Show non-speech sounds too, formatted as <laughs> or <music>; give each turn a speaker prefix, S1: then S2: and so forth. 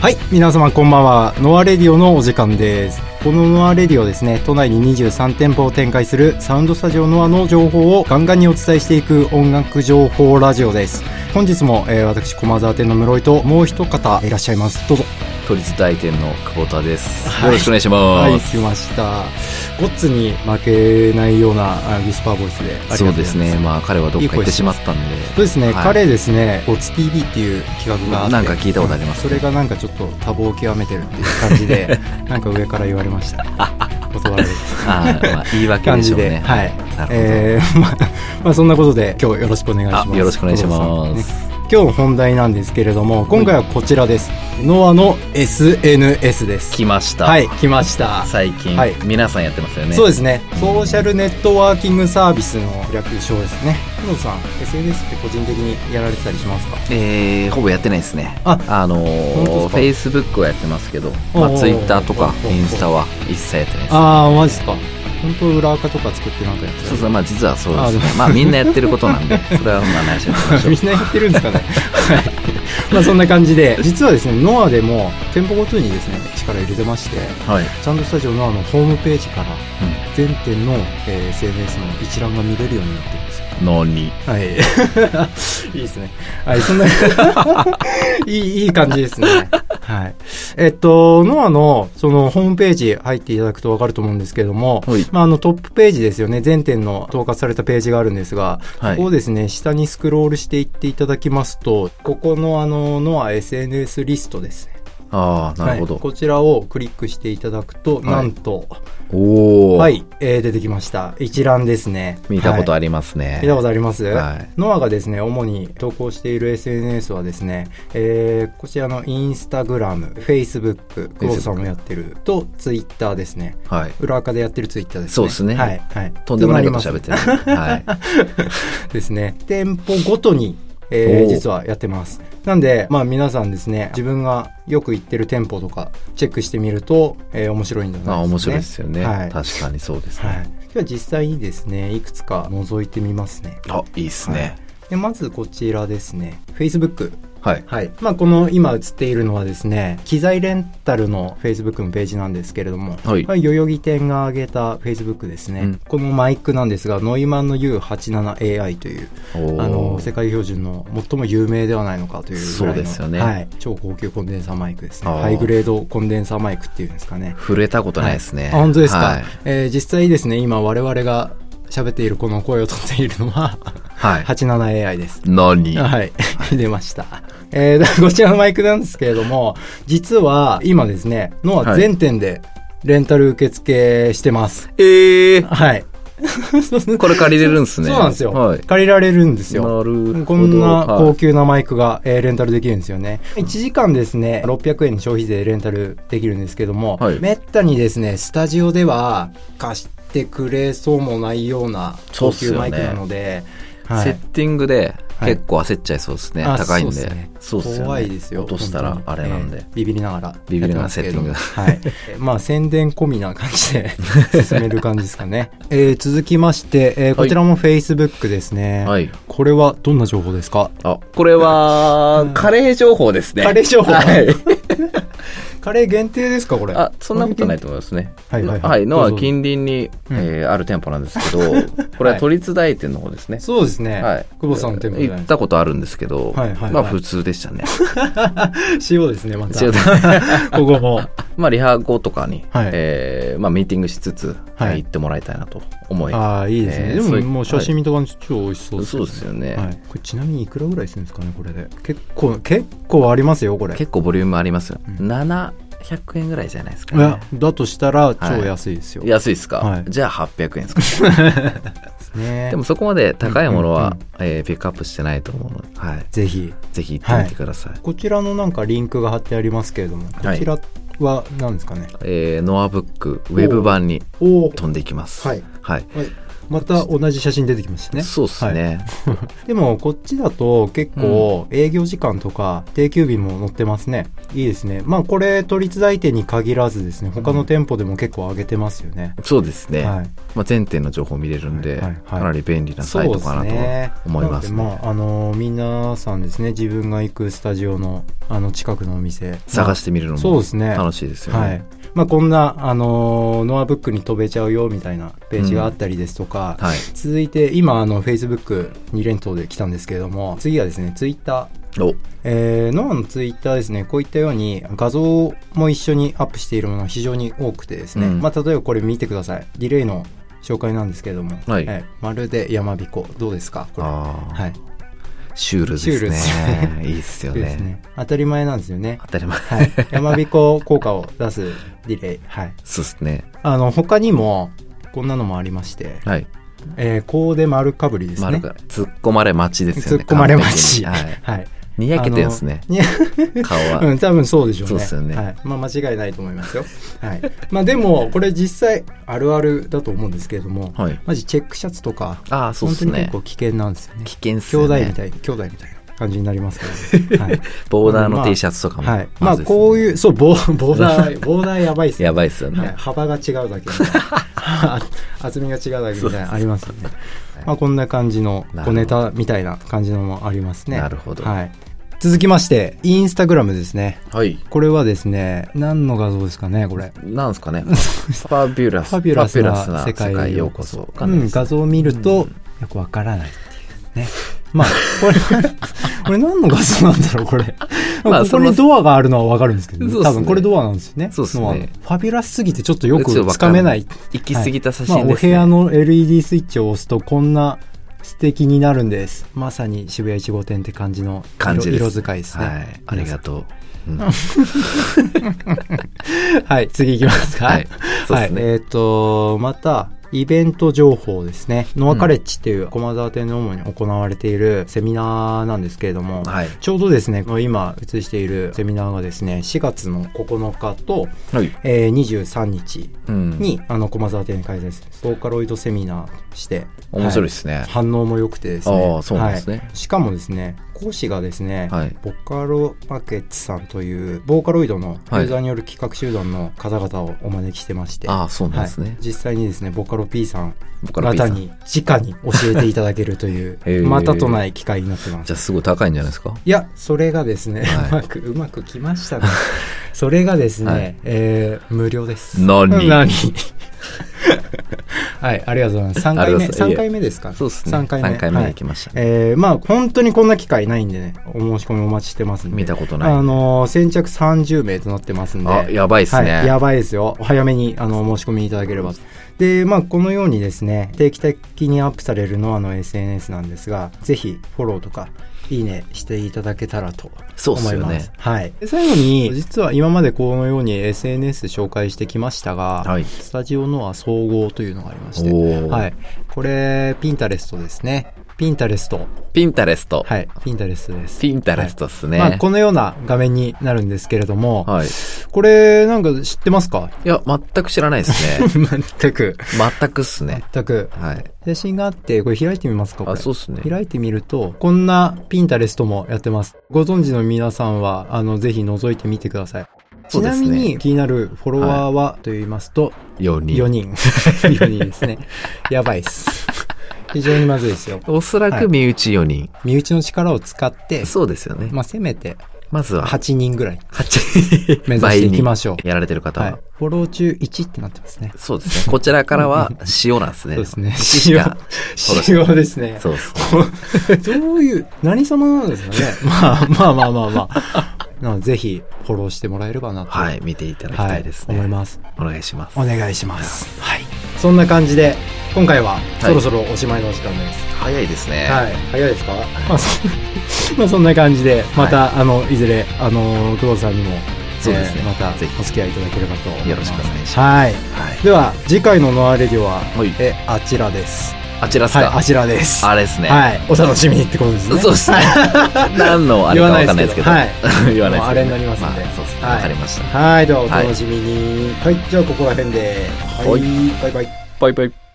S1: はい皆様こんばんはノアレディオのお時間ですこのノアレディオですね都内に23店舗を展開するサウンドスタジオノアの情報をガンガンにお伝えしていく音楽情報ラジオです本日も、えー私駒沢店の室井ともう一方いらっしゃいますどうぞ
S2: 都立大店の久保田です、
S1: はい
S2: よろしくお願いし
S1: はい
S2: ます、
S1: 来ましたゴッツに負けないようなあウィスパーボイスでありがと
S2: そうう
S1: ござい
S2: で
S1: ます
S2: ねまあ彼はどっか行ってしまったんで
S1: そうですね、
S2: はい
S1: 彼ですね、ゴッツ TV っていう企画があって、
S2: なんか聞いたことありますね
S1: それがなんかちょっと多忙を極めてるっていう感じ
S2: <laughs>
S1: で、なんか上から言われました。断られる
S2: あー、まあ、言い訳
S1: 感
S2: でし
S1: じ
S2: ょう
S1: で、
S2: ね
S1: はい。
S2: なるほど、
S1: えー、 <laughs> まあ、まあ、そんなことで、今日よろしくお願いします。
S2: あよろしくお願いし
S1: 小
S2: ま
S1: 野さん
S2: す、
S1: 今日の本題なんですけれども、今回はこちらです。ノアの SNS です。
S2: 来ました、
S1: はい、来ました。
S2: 最近、
S1: はい
S2: 皆さんやってますよね
S1: そうですね。ソーシャルネットワーキングサービスの略称ですね。久野さん、SNS って個人的にやられてたりしますか
S2: えーほぼやってないですね
S1: あ
S2: あの
S1: 本当
S2: ー、フェイ
S1: で
S2: スブックはやってますけど、ま
S1: おー
S2: あ、ツイッターとか
S1: おー
S2: インスタは一切やってないです
S1: ああマジっすか本当裏垢とか作ってなんかやって
S2: そう
S1: る
S2: そうまあ実はそうです
S1: あー
S2: ねまあみんなやってるこ
S1: <laughs>
S2: となんでそれはまあ内緒にしましょう
S1: みんなやってるんですかね <laughs> はいまあそんな感じで実はですねノアでも店舗ごとにですね力入れてまして
S2: はい、
S1: サンドスタジオノアのホームページから
S2: うん
S1: 全店の、えー SNS の一覧が見れるようになってるんですよ
S2: のに
S1: はいい <laughs> いですねはい <laughs> そんないいいい感じですねはいえっとノアのそのホームページ入っていただくと分かると思うんですけども
S2: はい
S1: まあ、あのトップページですよね全店の統括されたページがあるんですが、
S2: はい
S1: ここをですね下にスクロールしていっていただきますとここのあのノア SNS リストですね
S2: ああなるほど、
S1: はいこちらをクリックしていただくと、
S2: い
S1: なんと
S2: おお、
S1: はい、えー出てきました一覧ですね
S2: 見たこと
S1: あ
S2: ありますね、
S1: 見たことあります、
S2: はい
S1: ノアがですね、主に投稿している SNS はですね、えーこちらのインスタグラム、フェイスブック、クロスさんもやってる、と、ツイッターですね。
S2: はい。
S1: 裏垢でやってるツイッターですね。
S2: そうですね
S1: はい。はい。
S2: とんでもないこと
S1: となり
S2: 喋ってる。
S1: <laughs>
S2: はい。
S1: ますですね。店舗ごとに、えー
S2: おー
S1: 実はやってます。なんで、まあ皆さんですね、自分がよく行ってる店舗とかチェックしてみると、えー面白いんだ
S2: ま
S1: な
S2: あ面白いですよね。
S1: はい
S2: 確かにそうですね。
S1: はい。では実際にですね、いくつか覗いてみますね。
S2: あ、いいですね。
S1: でまずこちらですね、Facebook。
S2: はい。
S1: はい。まあこの今映っているのはですね、機材レンタルの Facebook のページなんですけれども、
S2: はい
S1: まあ代々木店が上げた Facebook ですね、
S2: うん
S1: このマイクなんですが、ノイマンの U87AI という、
S2: お
S1: あの、
S2: ー
S1: 世界標準の最も有名ではないのかというぐらいの
S2: そうですよね
S1: はい。超高級コンデンサーマイクですね。
S2: あー
S1: ハイグレードコンデンサーマイクっていうんですかね。
S2: 触れたことないですね。
S1: あ本当ですか、
S2: はい。
S1: えー実際ですね、今我々が喋っているこの声を取っているのは、
S2: はい。
S1: 87AI です。
S2: 何
S1: はい。出ました。えー、こちらのマイクなんですけれども、実は今ですね、ノア全店でレンタル受付してます。
S2: ええ。
S1: はい。
S2: これ借りれるんですね。
S1: そうなんですよ、
S2: はい。
S1: 借りられるんですよ。
S2: なるほど。
S1: こんな
S2: は
S1: 高級なマイクが、えーレンタルできるんですよね。1時間ですね、600円に消費税レンタルできるんですけども、
S2: はい。
S1: めったにですね、スタジオでは貸してくれそうもないような高級マイクなので、はい
S2: セッティングで
S1: はい
S2: 結構焦っちゃいそうですね。
S1: あ
S2: 高いん
S1: そうっす
S2: で
S1: ね。
S2: そうですよね。
S1: 怖いですよ
S2: 落としたら
S1: 本当
S2: あ
S1: に
S2: れなんで
S1: え。えビビりながら
S2: ビビりな
S1: やってま
S2: がら
S1: すけれども
S2: セ
S1: はいえまあ宣伝込みな感じ
S2: <laughs>
S1: で進める感じですかね、えー続きまして、えーこちらも Facebook ですね、
S2: はい。
S1: これはどんな情報ですか
S2: あ、これ
S1: <laughs>
S2: は、カレー情報ですね。
S1: カレー情報
S2: はい。
S1: カレー限定ですかこれ
S2: あ、そんなことないと思いますね。
S1: はいはいはい
S2: はい。のは
S1: どうぞ
S2: 近隣に、
S1: うん
S2: えーある店舗なんです
S1: <laughs>
S2: けど、これは都立大店の方ですね。
S1: そうですね、
S2: はい。
S1: 久保さんの店舗じゃな
S2: 行
S1: い
S2: っ
S1: です
S2: たことあるんですけど、
S1: はいはいはい
S2: まあ普通でした
S1: <laughs>
S2: ね。
S1: 塩ですねまた
S2: 違う
S1: <laughs> ここ
S2: <laughs>
S1: も
S2: まあリハ後とかに、
S1: はい
S2: えーまあミーティングしつつ、
S1: はい
S2: 行ってもらいたいなと思い。
S1: ああいいですね、
S2: えーそう
S1: で
S2: い
S1: ももう写真見とかに超美味しそうです
S2: そうですよね、
S1: はい、これちなみにいくらぐらいするんですかねこれで結構結構ありますよこれ
S2: 結構ボリュームありますよ。
S1: うん
S2: 700円ぐらいじゃないですか
S1: い
S2: ね
S1: や。だとしたら超安いですよ、
S2: 安いですか、
S1: はい
S2: じゃあ800円ですか、
S1: ね
S2: でもそこまで高いもの
S1: うん
S2: は
S1: う、
S2: えーピックアップしてないと思うので、はい、
S1: ぜひ
S2: ぜひ行ってみてください、
S1: こちらのなんかリンクが貼ってありますけれどもこ
S2: はい
S1: ちらは何ですかね、
S2: えーノアブックウェブ版に
S1: おお
S2: 飛んでいきます。
S1: はい、
S2: はい。
S1: はいまた同じ写真出てきましたね。
S2: そうです
S1: はい
S2: ね、
S1: でも、こっちだと結構営業時間とか定休日も載ってますね。いいですね。まあ、これ、都立大店に限らずですね、他の店舗でも結構上げてますよね。
S2: そうですね、
S1: はい。
S2: まあ、全店の情報見れるんで、
S1: はいはいはい
S2: かなり便利なサイトかなと思いますね
S1: なのでまあ、あの、皆さんですね、自分が行くスタジオの、あの、近くのお店。
S2: 探してみるの
S1: そう
S2: も
S1: ですね
S2: 楽しいですよね。
S1: はい。まあ、こんな、あのーノアブックに飛べちゃうよ、みたいなページがあったりですとか、
S2: はい
S1: 続いて、今、あの、Facebook2 連投で来たんですけれども、次はですね、Twitter。
S2: お
S1: えー、ノアのツイッターですね、こういったように画像も一緒にアップしているものが非常に多くてですね、
S2: うん
S1: まあ例えばこれ見てください。ディレイの紹介なんですけれども、
S2: はい
S1: えまるで山彦、どうですかこれ。は
S2: あー、
S1: い。
S2: シュールです
S1: シュールです
S2: ね。 <laughs> いいっすよ
S1: です
S2: ね。
S1: ね。当たり前なんですよね
S2: <laughs> 当。たり前。
S1: はい。山彦効果を出すディレイ。はい。
S2: そうですね。
S1: あの、他にも、こんなのもありまして、
S2: はい。
S1: えー、コーデ丸かぶりですね。
S2: 丸が突っ込まれ待ちです
S1: 突
S2: よね。
S1: っ込まれ待ち。
S2: 完璧にはい。
S1: はい。
S2: にやけてるんですね
S1: あ。の。にゃ
S2: 顔
S1: う
S2: は。
S1: ん、多分そうでしょうね。
S2: そうですよね
S1: はい。まあ間違いないと思いますよ。 <laughs> はい。まあでも、これ実際あるあるだと思うんですけれども、
S2: はい。
S1: マジチェックシャツとか、
S2: ああ、そう
S1: 本
S2: で
S1: 当
S2: す
S1: に結
S2: ね
S1: 構。危険なんですよね。
S2: 危険っす
S1: 兄
S2: よ
S1: 弟
S2: ね。
S1: みたい、兄弟みたいな感じになります
S2: <laughs>
S1: から、ね。
S2: ボーダーの T シャツと
S1: は
S2: か
S1: い。
S2: も。
S1: はい。まあこう
S2: う。
S1: いう、そう、ボーボーダ
S2: <laughs>
S1: ー、ボーダーやばいっすね。
S2: やばいっすよ
S1: はい
S2: ね。
S1: 幅が違うだけみたい
S2: <laughs>
S1: な厚みが違うだけみたいなありますよね、まあ、こんな感じの
S2: なる
S1: 小
S2: ほど
S1: ネタみたいな感じのもありますね
S2: なるほど
S1: はい、続きましてインスタグラムですね
S2: はい。
S1: これはですね何の画像ですかねこれ
S2: なんです
S1: <laughs>
S2: かね。ファビュラス。
S1: ファビュラス
S2: ファビュ
S1: な世界
S2: へ
S1: へ
S2: よ
S1: よ
S2: う
S1: う
S2: こ
S1: こ
S2: そ
S1: そ。
S2: わかんない
S1: うん
S2: です
S1: 画像を見るとよくわからないっていうねまあこれ
S2: <laughs>
S1: これ何の画像なんだろうこれ、
S2: まあ
S1: こ
S2: そ
S1: こ
S2: の
S1: にドアがあるのはわかるんですけど、
S2: そうっすね
S1: 多分これドアなんですよね
S2: そうっすね
S1: ノアのファビュラスすぎてちょっとよく
S2: ちょっとわ
S1: つ
S2: か
S1: か
S2: んない
S1: めない
S2: 行き過ぎた写
S1: まあ、
S2: 真
S1: お
S2: です
S1: 部
S2: ね。
S1: 屋の LED スイッチを押すとこんな素敵になるんですまさに渋谷1号店って感じの
S2: 感じです
S1: 色色使いですね
S2: はい。ありがと
S1: <laughs>
S2: う。うん
S1: うはい次行きますか
S2: はいそうっすね
S1: はいえっ、とまたイベント情報ですねノアカレッジっていう駒沢店で主に行われているセミナーなんですけれども、
S2: はい。
S1: ちょうどですね、今映しているセミナーがですね、4月の9日と、
S2: はい。
S1: えー23日
S2: うん。
S1: に、あの、駒沢店に開催する、ボーカロイドセミナーして、
S2: 面白
S1: は
S2: いですね。
S1: 反応も良くてですね
S2: ああそうなんですね
S1: はいしかもですね講師がですね、
S2: はい。
S1: ボカロバケッツさんというボーカロイドのユーザーによる企画集団の方々をお招きしてまして、
S2: ああ、そうなん
S1: は
S2: で
S1: い
S2: すね。
S1: 実際にですねボカロ P さん
S2: ボカロ P さ
S1: 方
S2: ん。
S1: に直に教えていただけるとい
S2: <laughs> へえ
S1: うまたとない機会になってます
S2: じゃあすごい高いんじゃないですか
S1: いやそれがですね、
S2: はい
S1: ま
S2: う
S1: くうまくきました
S2: <laughs>
S1: ねそれがですね、
S2: はい
S1: えー無料です <laughs>
S2: 何
S1: 何はいありがとうございます3
S2: あり
S1: 回
S2: が
S1: 目
S2: とうございます
S1: 3回目ですか
S2: そうですね。
S1: 3回目
S2: 三回目
S1: は
S2: に
S1: い
S2: 来ましたね。
S1: えーまあ本当にこんな機会ないんでねお申し込みお待ちしてますんで
S2: 見たことない。
S1: あのー先着30名となってますんで
S2: あ、やばいっす
S1: はい、
S2: ね
S1: や。ばいですよ。お早めにあのお申し込みいただければと。で、まあ、このようにですね、定期的にアップされるノアの SNS なんですが、ぜひフォローとか、いいねしていただけたらと
S2: そうっ
S1: 思
S2: す
S1: い
S2: よ
S1: ます。
S2: ね。
S1: はい。で最後に、実は今までこのように SNS 紹介してきましたが、
S2: はい
S1: スタジオノア総合というのがありまして、
S2: おお。
S1: はい。これ、ピンタレストですね。ピンタレスト。
S2: ピンタレスト。
S1: はい。ピンタレストです。
S2: ピンタレストっすね。
S1: まあ、このような画面になるんですけれども、
S2: はい。い
S1: これ、なんか知ってますか
S2: や、全く知らな
S1: <laughs>
S2: いですね。
S1: 全く。
S2: 全くっすね。
S1: 全く。
S2: はい。
S1: 写真があって、これ開いてみますかこ
S2: あ、
S1: れ
S2: そうっすね。
S1: 開いてみると、こんなピンタレストもやってます。ご存知の皆さんは、あの、ぜひ覗いてみてください。
S2: そ
S1: ち
S2: うで
S1: な
S2: す
S1: み
S2: ね
S1: に、気になるフォロワーは、と言いますと、
S2: 4人。
S1: 4人。4人
S2: <laughs>
S1: ですね。やばいっす。非常にまずいですよ。
S2: おそらく身内4人。
S1: 身内の力を使って、
S2: そうですよね。
S1: まあ、せめて
S2: まずは8
S1: 8人ぐらい
S2: 人。
S1: 目指していきましょう。
S2: やられてる方
S1: は
S2: は。
S1: い。フォロー中1ってなってますね。
S2: そうですね。こちらか
S1: <laughs>
S2: らは塩なんですね。
S1: そうですね
S2: 1しかフォローし
S1: 塩ですね。
S2: そうですね。
S1: どういう、何様なんですかね。 <laughs> まあまあまあまあまあ。なので、ぜひ、フォローしてもらえればなと。
S2: は
S1: はい
S2: い、見ていただきたいですね。
S1: 思います。
S2: お願いします。
S1: お願いします。はい。そんな感じで、今回は、そろそろおしまいのお時間です。
S2: 早いですね。
S1: はい。早いですか、まあ、そんまあそん <laughs> な感じで、また、あの、いずれ、あの、久保田さんにも、
S2: そうですね
S1: また
S2: ぜひ
S1: お付き合いいただければと思います。
S2: よろしくお願いし
S1: はい。
S2: はい。
S1: では、次回のノアレディオは、
S2: はい
S1: え、あちらです。
S2: あちらっす
S1: はい、
S2: か、
S1: あちらです。
S2: あれですね。
S1: はい。お楽しみにってことですね。
S2: そうですね。 <laughs> 何
S1: <laughs>
S2: のあれ
S1: 言
S2: か
S1: わな
S2: わ
S1: い
S2: か
S1: ですけ
S2: んないです
S1: ど
S2: けど。 <laughs> 言わないですけどね
S1: もうあれになりますんで
S2: あそうですね。
S1: はい
S2: わかりました。
S1: はい、ではお楽しみに。はい、じゃあここら辺で。
S2: はい
S1: バイバイ。
S2: バイバイ。